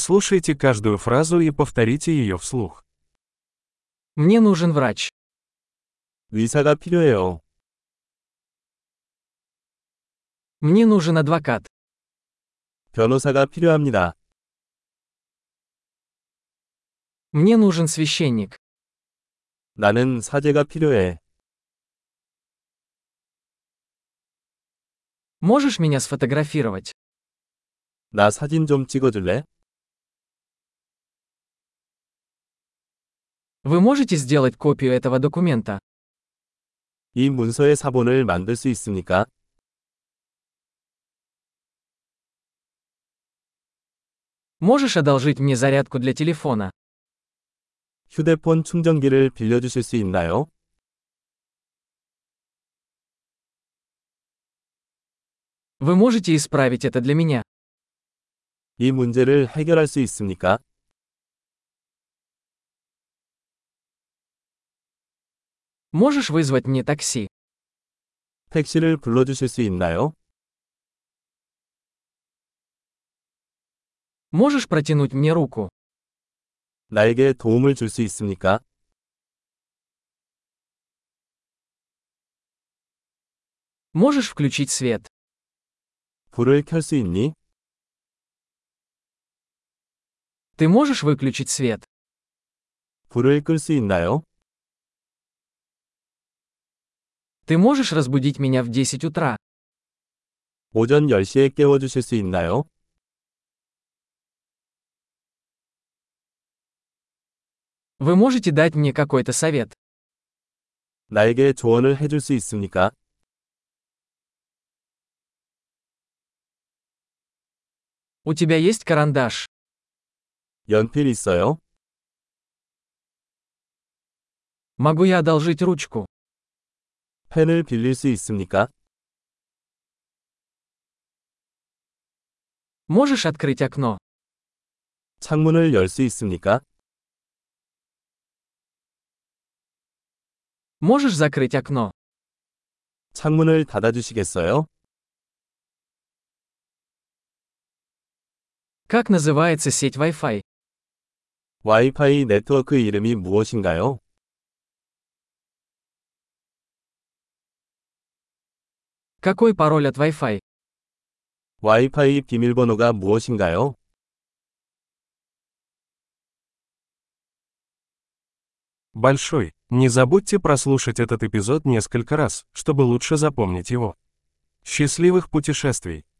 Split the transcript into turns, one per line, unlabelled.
Прослушайте каждую фразу и повторите ее вслух.
Мне нужен врач.
의사가 필요해요.
Мне нужен адвокат.
변호사가 필요합니다.
Мне нужен священник.
나는 사제가 필요해.
Можешь меня сфотографировать?
나 사진 좀 찍어줄래?
Вы можете сделать копию этого документа?
이 문서의 사본을 만들 수 있습니까?
Можешь одолжить мне зарядку для телефона?
휴대폰 충전기를 빌려주실 수 있나요?
Вы можете исправить это для меня?
이 문제를 해결할 수 있습니까?
Можешь вызвать мне такси?
택시를 불러주실 수 있나요?
Можешь протянуть мне руку?
나에게 도움을 줄 수 있습니까?
Можешь включить свет?
불을 켤 수 있니?
Ты можешь выключить свет?
불을 끌 수 있나요?
Ты можешь разбудить меня в 10 утра?
오전 10시에 깨워주실 수 있나요?
Вы можете дать мне какой-то совет?
나에게 조언을 해줄 수 있습니까?
У тебя есть карандаш?
연필 있어요?
Могу я одолжить ручку?
펜을 빌릴 수 있습니까?
Можешь открыть окно?
창문을 열 수 있습니까?
Можешь закрыть окно?
창문을 닫아주시겠어요?
Как называется сеть Wi-Fi?
와이파이 네트워크 이름이 무엇인가요?
Какой пароль от Wi-Fi?
와이파이 비밀번호가 무엇인가요?
Большой. Не забудьте прослушать этот эпизод несколько раз, чтобы лучше запомнить его. Счастливых путешествий!